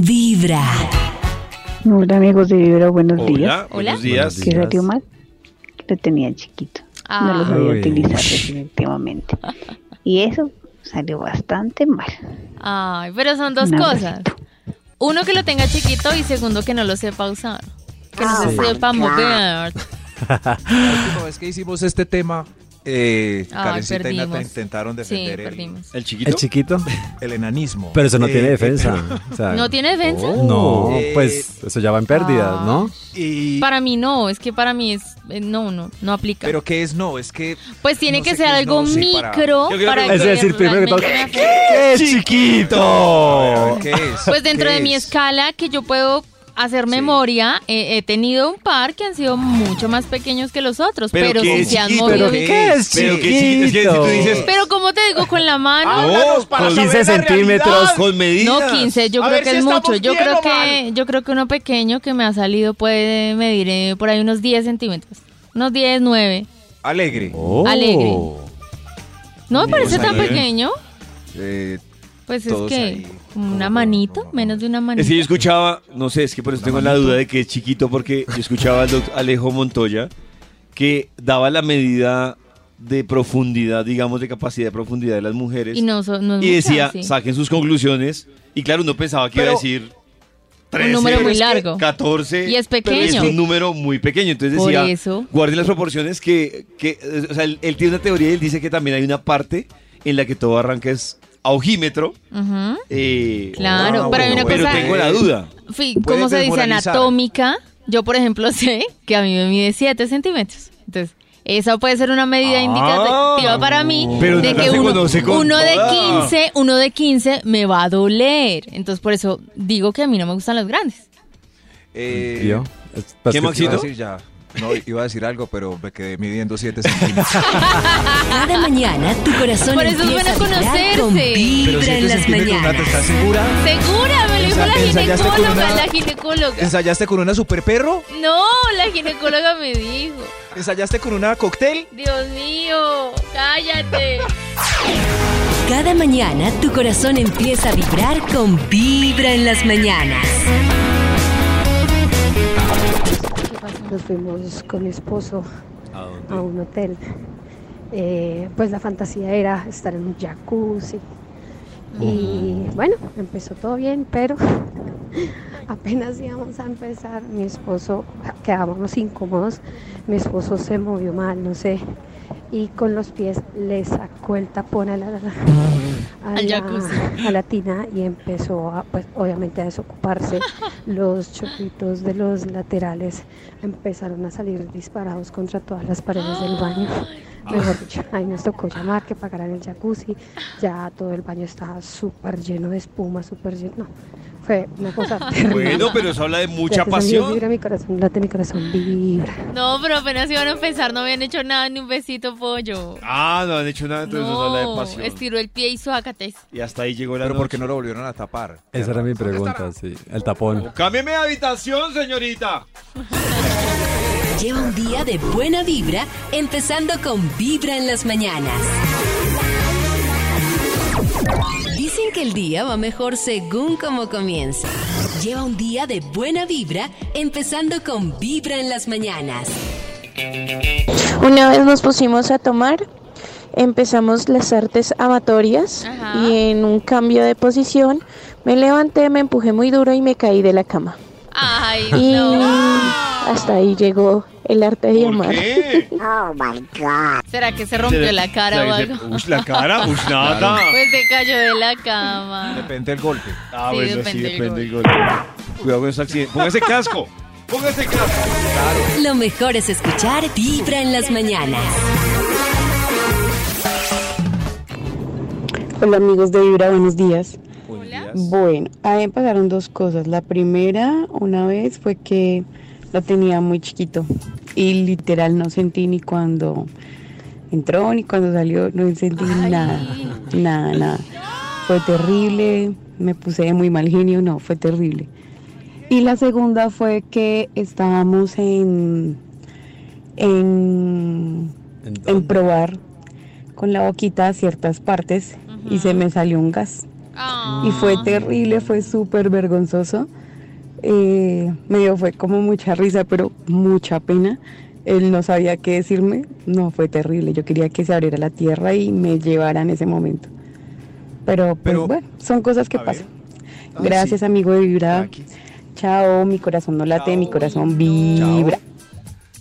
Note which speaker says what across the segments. Speaker 1: Vibra.
Speaker 2: Hola amigos de Vibra, buenos días.
Speaker 3: Hola, buenos días.
Speaker 2: ¿Qué radio mal? Lo tenía chiquito. No
Speaker 4: Ah,
Speaker 2: lo sabía utilizar definitivamente. Y eso salió bastante mal.
Speaker 4: Ay, pero son dos
Speaker 2: Un
Speaker 4: cosas.
Speaker 2: abracito.
Speaker 4: Uno que lo tenga chiquito y segundo que no lo sepa usar. Que
Speaker 2: Ah,
Speaker 4: no se sepa mover.
Speaker 5: La última vez que hicimos este tema, eh,
Speaker 4: Ay,
Speaker 5: Karencita y Nata
Speaker 4: perdimos.
Speaker 5: intentaron
Speaker 4: Sí,
Speaker 5: defender el,
Speaker 4: perdimos.
Speaker 3: ¿El chiquito?
Speaker 6: El chiquito,
Speaker 5: el enanismo.
Speaker 6: pero eso no
Speaker 5: Eh,
Speaker 6: tiene
Speaker 5: eh,
Speaker 6: defensa. o sea,
Speaker 4: ¿No tiene defensa? ah.
Speaker 6: No,
Speaker 3: Oh.
Speaker 5: Eh,
Speaker 6: pues eso ya va en pérdidas, ¿no?
Speaker 5: y-
Speaker 4: Para mí no, es que para mí es eh, no, no, no aplica.
Speaker 5: pero que es no, es que
Speaker 4: pues tiene
Speaker 5: no
Speaker 4: que
Speaker 5: sé
Speaker 4: ser
Speaker 5: qué es
Speaker 4: algo
Speaker 5: no, sí, para-
Speaker 4: micro
Speaker 3: Yo creo
Speaker 4: para
Speaker 3: que-
Speaker 4: que
Speaker 6: Es decir, primero que todo,
Speaker 4: realmente me afecte.
Speaker 6: ¿Qué es chiquito?
Speaker 5: ¿qué es?
Speaker 4: Pues dentro
Speaker 5: ¿Qué
Speaker 4: de mi
Speaker 5: es?
Speaker 4: escala que yo puedo hacer memoria, eh, he tenido un par que han sido mucho más pequeños que los otros, pero,
Speaker 3: Pero que
Speaker 4: si
Speaker 3: es
Speaker 4: se han
Speaker 3: chiquito,
Speaker 4: movido.
Speaker 6: ¿Pero
Speaker 5: ¿qué
Speaker 6: qué es
Speaker 3: Pero que chiquito, es que si
Speaker 6: chiquito?
Speaker 3: tú dices-
Speaker 4: Pero como te digo, con la mano.
Speaker 3: No,
Speaker 6: para saber 15 la centímetros. realidad.
Speaker 3: Con medidas.
Speaker 4: No, 15, yo
Speaker 3: A
Speaker 4: creo
Speaker 3: ver
Speaker 4: que
Speaker 3: si
Speaker 4: es
Speaker 3: estamos
Speaker 4: mucho. Yo
Speaker 3: bien
Speaker 4: creo
Speaker 3: o mal.
Speaker 4: que, yo creo que uno pequeño que me ha salido puede medir eh, por ahí unos 10 centímetros. Unos 10, 9.
Speaker 5: Alegre.
Speaker 6: Oh.
Speaker 4: Alegre. ¿No me
Speaker 5: Ni
Speaker 4: parece tan
Speaker 3: saber.
Speaker 4: pequeño?
Speaker 5: Eh,
Speaker 4: Pues
Speaker 5: Todos
Speaker 4: es que
Speaker 5: ahí,
Speaker 4: como una
Speaker 5: como-
Speaker 4: manito,
Speaker 5: como-
Speaker 4: menos de una manita.
Speaker 3: Es que yo escuchaba, no sé, es que por eso tengo la duda de que es chiquito, porque yo escuchaba al doctor Alejo Montoya que daba la medida de profundidad, digamos, de capacidad de profundidad de las mujeres.
Speaker 4: y no, so- no es
Speaker 3: y
Speaker 4: mucha,
Speaker 3: decía,
Speaker 4: sí.
Speaker 3: saquen sus conclusiones. Y claro, uno pensaba que iba a
Speaker 5: Pero-
Speaker 3: decir
Speaker 4: un
Speaker 3: 13,
Speaker 4: número muy
Speaker 5: es que
Speaker 4: largo.
Speaker 3: 14.
Speaker 4: Y es
Speaker 3: pero
Speaker 4: pequeño.
Speaker 3: es un número muy pequeño. Entonces
Speaker 4: Por
Speaker 3: decía,
Speaker 4: eso.
Speaker 3: guarden las proporciones que, que, eh, o sea, él, él tiene una teoría y él dice que también hay una parte en la que todo arranca es a ojímetro.
Speaker 4: Ujú.
Speaker 3: eh,
Speaker 4: Claro,
Speaker 5: pero hay una
Speaker 3: pero
Speaker 5: cosa-
Speaker 3: tengo la duda.
Speaker 4: Fui-
Speaker 5: Puede
Speaker 4: ¿Cómo se dice?
Speaker 5: desmoralizar.
Speaker 4: Anatómica. Yo, por ejemplo, sé que a mí me mide 7 centímetros. Entonces, esa puede ser una medida
Speaker 3: Ah.
Speaker 4: indicativa para mí
Speaker 3: Pero
Speaker 4: de
Speaker 3: Nata
Speaker 4: que
Speaker 3: se
Speaker 4: uno,
Speaker 3: conoce con
Speaker 4: uno de
Speaker 3: toda.
Speaker 4: 15, uno de 15 me va a doler. Entonces, por eso digo que a mí no me gustan los grandes.
Speaker 5: eh,
Speaker 6: Tío, es- pues
Speaker 3: ¿Qué,
Speaker 6: que-
Speaker 5: iba a
Speaker 3: Maxito?
Speaker 5: decir ya. No, iba a decir algo, pero me quedé midiendo 7 centímetros.
Speaker 1: Cada mañana tu corazón
Speaker 4: Por eso es
Speaker 1: empieza
Speaker 4: bueno
Speaker 1: a vibrar
Speaker 4: conocerse.
Speaker 1: con
Speaker 5: Pero
Speaker 1: vibra en
Speaker 5: 7
Speaker 1: las
Speaker 5: centímetros, Nata,
Speaker 1: mañanas.
Speaker 5: ¿estás segura?
Speaker 4: Segura, me lo dijo
Speaker 5: Ensa-
Speaker 4: la
Speaker 5: ensayaste con
Speaker 4: ginecóloga,
Speaker 5: una-
Speaker 4: la ginecóloga.
Speaker 5: ¿Ensayaste con una super perro?
Speaker 4: No, la ginecóloga me dijo.
Speaker 5: ¿Ensayaste con una cóctel?
Speaker 4: Dios mío, cállate.
Speaker 1: Cada mañana tu corazón empieza a vibrar con vibra en las mañanas.
Speaker 7: Nos fuimos con mi esposo a un hotel. Eh, pues la fantasía era estar en un jacuzzi. Y bueno, empezó todo bien, pero apenas íbamos a empezar, mi esposo, quedábamos incómodos, mi esposo se movió mal, no sé, y con los pies le sacó el tapón a la, a
Speaker 4: Al
Speaker 7: la-
Speaker 4: jacuzzi.
Speaker 7: a la tina y empezó, a, pues obviamente, a desocuparse los chorritos de los laterales empezaron a salir disparados contra todas las paredes del baño.
Speaker 3: Ah.
Speaker 7: Mejor dicho, ahí nos tocó llamar que pagaran el jacuzzi. Ya todo el baño estaba súper lleno de espuma, súper lleno. No, fue una cosa terrible.
Speaker 3: Bueno, pero eso habla de mucha
Speaker 7: Gracias a Dios
Speaker 3: pasión.
Speaker 7: Vibra mi corazón, late mi corazón, vibra.
Speaker 4: No, pero apenas iban a empezar, no habían hecho nada, ni un besito pollo.
Speaker 3: Ah, no han hecho nada, entonces eso habla de
Speaker 4: No,
Speaker 3: pasión.
Speaker 4: estiró el pie y suácates.
Speaker 3: Y hasta ahí llegó la
Speaker 5: Pero ¿por qué
Speaker 3: noche.
Speaker 5: no lo volvieron a tapar?
Speaker 6: ah, Esa era mi pregunta, sí. El tapón.
Speaker 3: ¡Cámbiame de habitación, señorita!
Speaker 1: Lleva un día de buena vibra, empezando con Vibra en las mañanas. Dicen que el día va mejor según como comienza. Lleva un día de buena vibra, empezando con Vibra en las mañanas.
Speaker 8: Una vez nos pusimos a tomar, empezamos las artes amatorias
Speaker 4: Ajá.
Speaker 8: y en un cambio de posición me levanté, me empujé muy duro y me caí de la cama.
Speaker 4: Ay,
Speaker 8: Y
Speaker 9: Mm.
Speaker 4: no.
Speaker 8: hasta ahí llegó el arte de
Speaker 3: ¿Por
Speaker 8: amar.
Speaker 3: qué?
Speaker 4: ¿Será que se rompió la cara o algo?
Speaker 3: Uy, la cara, uy, nada.
Speaker 4: Pues se cayó de la cama.
Speaker 5: Depende del golpe.
Speaker 3: Ah,
Speaker 4: Sí,
Speaker 3: bueno, sí,
Speaker 4: depende del
Speaker 3: depende del golpe. Cuidado con ese accidente. Póngase casco. Póngase casco.
Speaker 1: Lo mejor es escuchar Vibra en las mañanas.
Speaker 10: Hola amigos de Vibra, buenos días.
Speaker 4: Hola.
Speaker 10: Bueno, ahí me pasaron dos cosas. La primera, una vez, fue que lo tenía muy chiquito y literal no sentí ni cuando entró ni cuando salió, no sentí
Speaker 4: Ay.
Speaker 10: nada, nada, nada. Fue terrible, me puse de muy mal genio, no, fue terrible. Y la segunda fue que estábamos en, en en probar con la boquita ciertas partes y se me salió un gas.
Speaker 4: Ah.
Speaker 10: y fue terrible, fue súper vergonzoso. Eh, me dio fue como mucha risa, pero mucha pena. Él no sabía qué decirme, no fue terrible. Yo quería que se abriera la tierra y me llevara en ese momento. Pero, pues,
Speaker 5: Pero-
Speaker 10: bueno, son cosas que
Speaker 5: a ver.
Speaker 10: pasan.
Speaker 5: Ah,
Speaker 10: Gracias,
Speaker 5: sí.
Speaker 10: amigo de Vibra.
Speaker 5: Aquí.
Speaker 10: Chao, mi corazón no late, mi corazón vibra.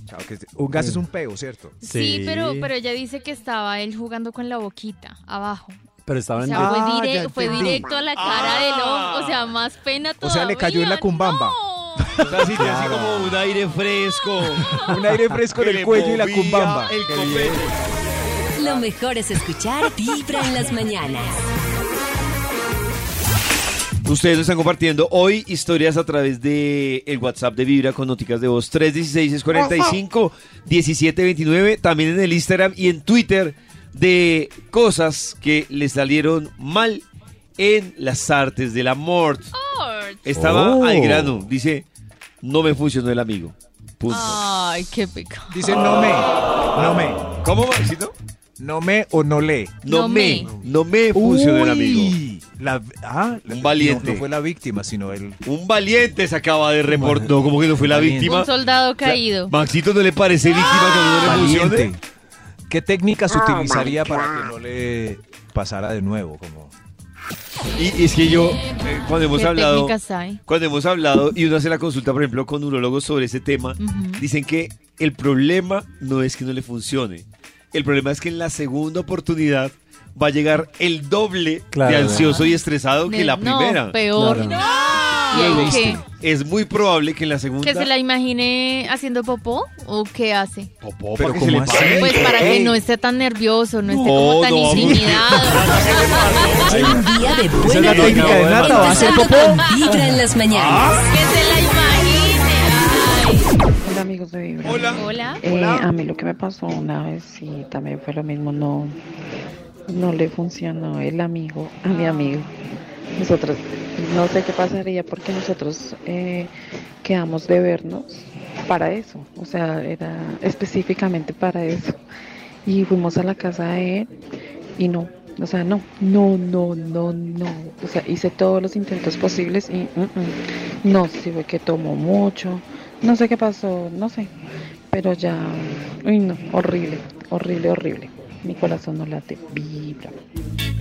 Speaker 5: Chao, que este- un gas es un peo, ¿cierto?
Speaker 4: Sí, pero, pero ella dice que estaba él jugando con la boquita abajo.
Speaker 6: Pero
Speaker 4: O
Speaker 6: estaban.
Speaker 4: sea,
Speaker 5: Ah,
Speaker 4: fue, dire-
Speaker 5: ya
Speaker 4: fue
Speaker 5: entendí.
Speaker 4: directo a la cara del hombre. O sea, más pena
Speaker 5: O
Speaker 4: todavía.
Speaker 5: sea, le cayó en la cumbamba.
Speaker 4: ¡No!
Speaker 3: O sea, sí, te hace como un aire fresco.
Speaker 5: Un aire fresco en
Speaker 3: Que
Speaker 5: el
Speaker 3: le
Speaker 5: cuello y la
Speaker 3: movía
Speaker 5: cumbamba.
Speaker 3: El copete.
Speaker 1: Lo mejor es escuchar Vibra en las mañanas.
Speaker 3: Ustedes lo están compartiendo hoy historias a través de el WhatsApp de Vibra con noticas de voz 316-645-1729, también en el Instagram y en Twitter de cosas que le salieron mal en las artes del amor.
Speaker 4: Lord.
Speaker 3: Estaba
Speaker 6: Oh.
Speaker 3: al grano, dice, no me funcionó el amigo. Punto.
Speaker 4: Ay, qué pecado.
Speaker 5: Dice no me, no me,
Speaker 3: ¿Cómo, Maxito?
Speaker 5: no me o no le.
Speaker 3: No,
Speaker 4: No
Speaker 3: me,
Speaker 4: me.
Speaker 3: no me funcionó el amigo.
Speaker 5: Uy, la- ah, la-
Speaker 3: Un valiente.
Speaker 5: No, no fue la víctima, sino el.
Speaker 3: Un valiente se acaba de reportar. No, como que no fue la
Speaker 5: Valiente.
Speaker 3: víctima.
Speaker 4: Un soldado caído.
Speaker 3: Maxito no le parece víctima cuando no le funcione.
Speaker 5: Valiente. ¿Qué técnicas
Speaker 3: Ah,
Speaker 5: utilizaría para que no le pasara de nuevo? Como...
Speaker 3: Y, y es que yo, eh, cuando hemos
Speaker 4: ¿Qué
Speaker 3: hablado,
Speaker 4: técnicas hay?
Speaker 3: cuando hemos hablado y uno hace la consulta, por ejemplo, con urologos sobre ese tema,
Speaker 4: Ujú.
Speaker 3: dicen que el problema no es que no le funcione. El problema es que en la segunda oportunidad va a llegar el doble de
Speaker 6: Claro.
Speaker 3: ansioso y estresado que
Speaker 4: De-
Speaker 3: la primera.
Speaker 4: No, peor.
Speaker 6: Claro.
Speaker 4: ¿Y ahí qué?
Speaker 3: es muy probable que en la segunda.
Speaker 4: Ah, ¿Que se la imagine haciendo popó? ¿O qué hace?
Speaker 3: Popó,
Speaker 5: Pero
Speaker 3: para que
Speaker 5: ¿cómo
Speaker 3: se le
Speaker 5: así?
Speaker 3: pare.
Speaker 4: Pues para que no esté tan nervioso, no esté
Speaker 3: No,
Speaker 4: como tan
Speaker 3: no, vamos.
Speaker 4: intimidado.
Speaker 1: Lleva un día de
Speaker 5: Esa es
Speaker 1: buena
Speaker 5: la
Speaker 1: vibra.
Speaker 5: técnica de Nata, va a hacer
Speaker 1: Empezando
Speaker 5: popó.
Speaker 1: con Vibra en las mañanas.
Speaker 4: que se la imagine.
Speaker 9: Hola amigos de Vibra.
Speaker 4: Ay. Hola.
Speaker 9: Eh, a mí lo que me pasó una vez y también fue lo mismo, no, no le funcionó el amigo a mi amigo. Nosotros, no sé qué pasaría porque nosotros eh, quedamos de vernos para eso, o sea, era específicamente para eso. Y fuimos a la casa de él y no, o sea, no, no, no, no, no. O sea, hice todos los intentos posibles y mm, mm. no sé si fue que tomó mucho, no sé qué pasó, no sé. Pero ya, uy no, horrible, horrible, horrible. Mi corazón no late, vibra.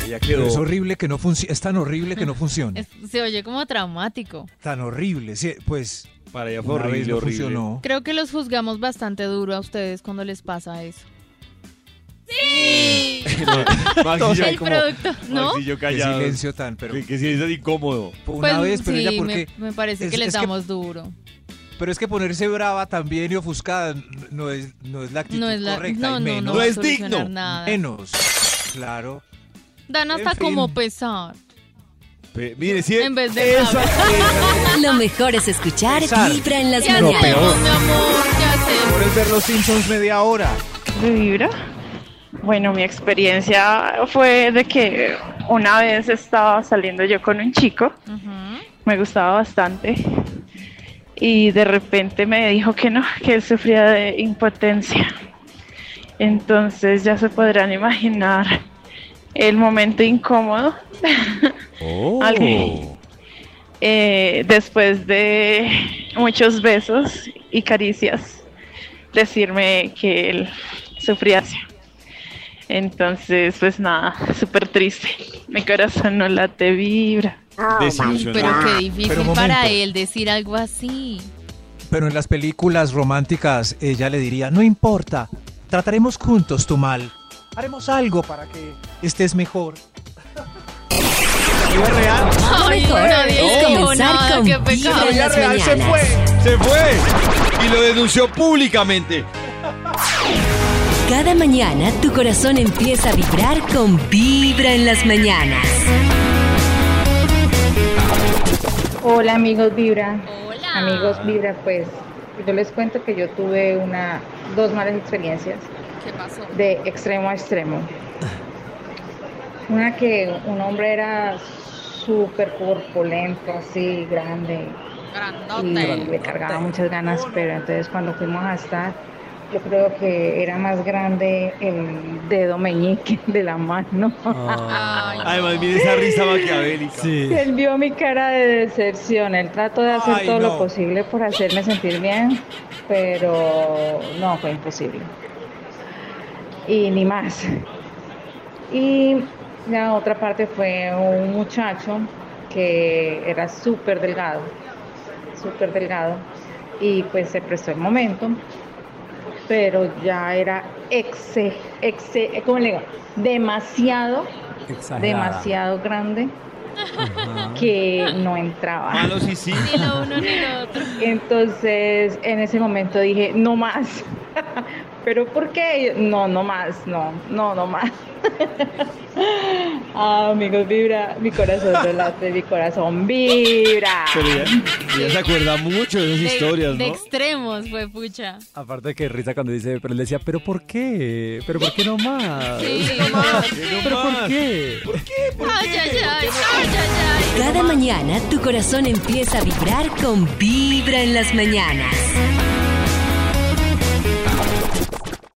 Speaker 3: Ella
Speaker 5: Pero
Speaker 3: quedó.
Speaker 5: es horrible que no funcione. Es tan horrible que no funcione.
Speaker 4: Es- se oye como traumático.
Speaker 5: Tan horrible. sí, pues
Speaker 3: Para ella fue
Speaker 5: una vez
Speaker 3: horrible,
Speaker 5: no
Speaker 3: horrible.
Speaker 5: funcionó.
Speaker 4: Creo que los juzgamos bastante duro a ustedes cuando les pasa eso. ¡Sí!
Speaker 3: Maxi ya
Speaker 4: El
Speaker 3: como-
Speaker 4: producto, ¿no?
Speaker 3: Maxi yo
Speaker 5: Qué
Speaker 3: callado.
Speaker 5: silencio tan, pero
Speaker 3: Que- que silencio tan incómodo.
Speaker 5: una
Speaker 4: Pues,
Speaker 5: vez, pero
Speaker 4: sí,
Speaker 5: ella porque.
Speaker 4: me, me parece
Speaker 5: es-
Speaker 4: que les
Speaker 5: es que-
Speaker 4: damos duro.
Speaker 5: Pero es que ponerse brava también y ofuscada n- no es, no es la actitud
Speaker 4: No es la,
Speaker 5: correcta.
Speaker 4: no,
Speaker 5: y
Speaker 4: no,
Speaker 5: menos,
Speaker 4: no,
Speaker 3: No
Speaker 4: va a
Speaker 3: es
Speaker 4: solucionar
Speaker 3: digno.
Speaker 4: Nada.
Speaker 5: menos. Claro.
Speaker 4: Dan hasta
Speaker 5: En fin.
Speaker 4: como pesar.
Speaker 3: Pe- Mire, si
Speaker 4: En vez de saber.
Speaker 1: Lo mejor es escuchar
Speaker 5: Pesar.
Speaker 1: Vibra en las
Speaker 4: ¿Qué
Speaker 1: mañanas.
Speaker 4: hacemos, mi amor? ¿Qué hacemos?
Speaker 5: Por es ver los Simpsons media hora.
Speaker 11: de Vibra. Bueno, mi experiencia fue de que una vez estaba saliendo yo con un chico,
Speaker 4: Ujú.
Speaker 11: me gustaba bastante, y de repente me dijo que no, que él sufría de impotencia. Entonces ya se podrán imaginar el momento incómodo
Speaker 5: Oh.
Speaker 11: al que, eh, después de muchos besos y caricias decirme que él sufría así. Entonces, pues nada, súper triste. Mi corazón no late, vibra.
Speaker 4: Pero
Speaker 3: Oh, desilusionado.
Speaker 4: qué difícil
Speaker 5: Pero momento.
Speaker 4: para él decir algo así.
Speaker 5: Pero en las películas románticas ella le diría, no importa, trataremos juntos tu mal. Haremos algo para que estés mejor. Vida real.
Speaker 1: Lo
Speaker 4: Ay,
Speaker 1: mejor
Speaker 4: nadie
Speaker 1: es
Speaker 4: le dijo
Speaker 1: comenzar
Speaker 4: nada,
Speaker 1: con
Speaker 4: qué
Speaker 1: Vibra
Speaker 4: pecado.
Speaker 1: en las mañanas.
Speaker 3: Se fue y lo denunció públicamente.
Speaker 1: Cada mañana tu corazón empieza a vibrar con Vibra en las mañanas.
Speaker 9: Hola amigos Vibra.
Speaker 4: Hola.
Speaker 9: Amigos Vibra, pues yo les cuento que yo tuve una, dos malas experiencias
Speaker 4: ¿Qué pasó?
Speaker 9: de extremo a extremo. Una que un hombre era súper corpulento, así grande, y
Speaker 4: Grandote.
Speaker 9: le cargaba muchas ganas, pero entonces cuando fuimos a estar,
Speaker 12: Yo creo que era más grande el dedo meñique de la mano.
Speaker 3: Además, mire esa risa maquiavélica. Sí.
Speaker 12: Él vio mi cara de decepción. Él trató de hacer
Speaker 3: Ay,
Speaker 12: todo
Speaker 3: no.
Speaker 12: lo posible por hacerme sentir bien, pero no, fue imposible. Y ni más. Y la otra parte fue un muchacho que era súper delgado, súper delgado, y pues se prestó el momento, pero ya era exe, exe, ¿cómo le digo? Demasiado, demasiado grande que no entraba.
Speaker 3: Ah, sí, sí.
Speaker 4: Ni lo uno ni lo otro.
Speaker 12: Entonces, en ese momento dije, no más. ¿Pero por qué? No, no más, no, no, no más. Ah, amigos, vibra, mi corazón relate, mi corazón vibra.
Speaker 3: Pero ella, ella se acuerda mucho de
Speaker 4: De,
Speaker 3: esas historias,
Speaker 4: de
Speaker 3: ¿no?
Speaker 4: extremos, fue pucha.
Speaker 6: Aparte que risa cuando dice, pero él decía, pero ¿por qué? ¿Pero por qué no más? ¿Pero por qué?
Speaker 4: Ay, ay, ay, ay, ay, ay.
Speaker 1: Cada mañana tu corazón empieza a vibrar con Vibra en las mañanas.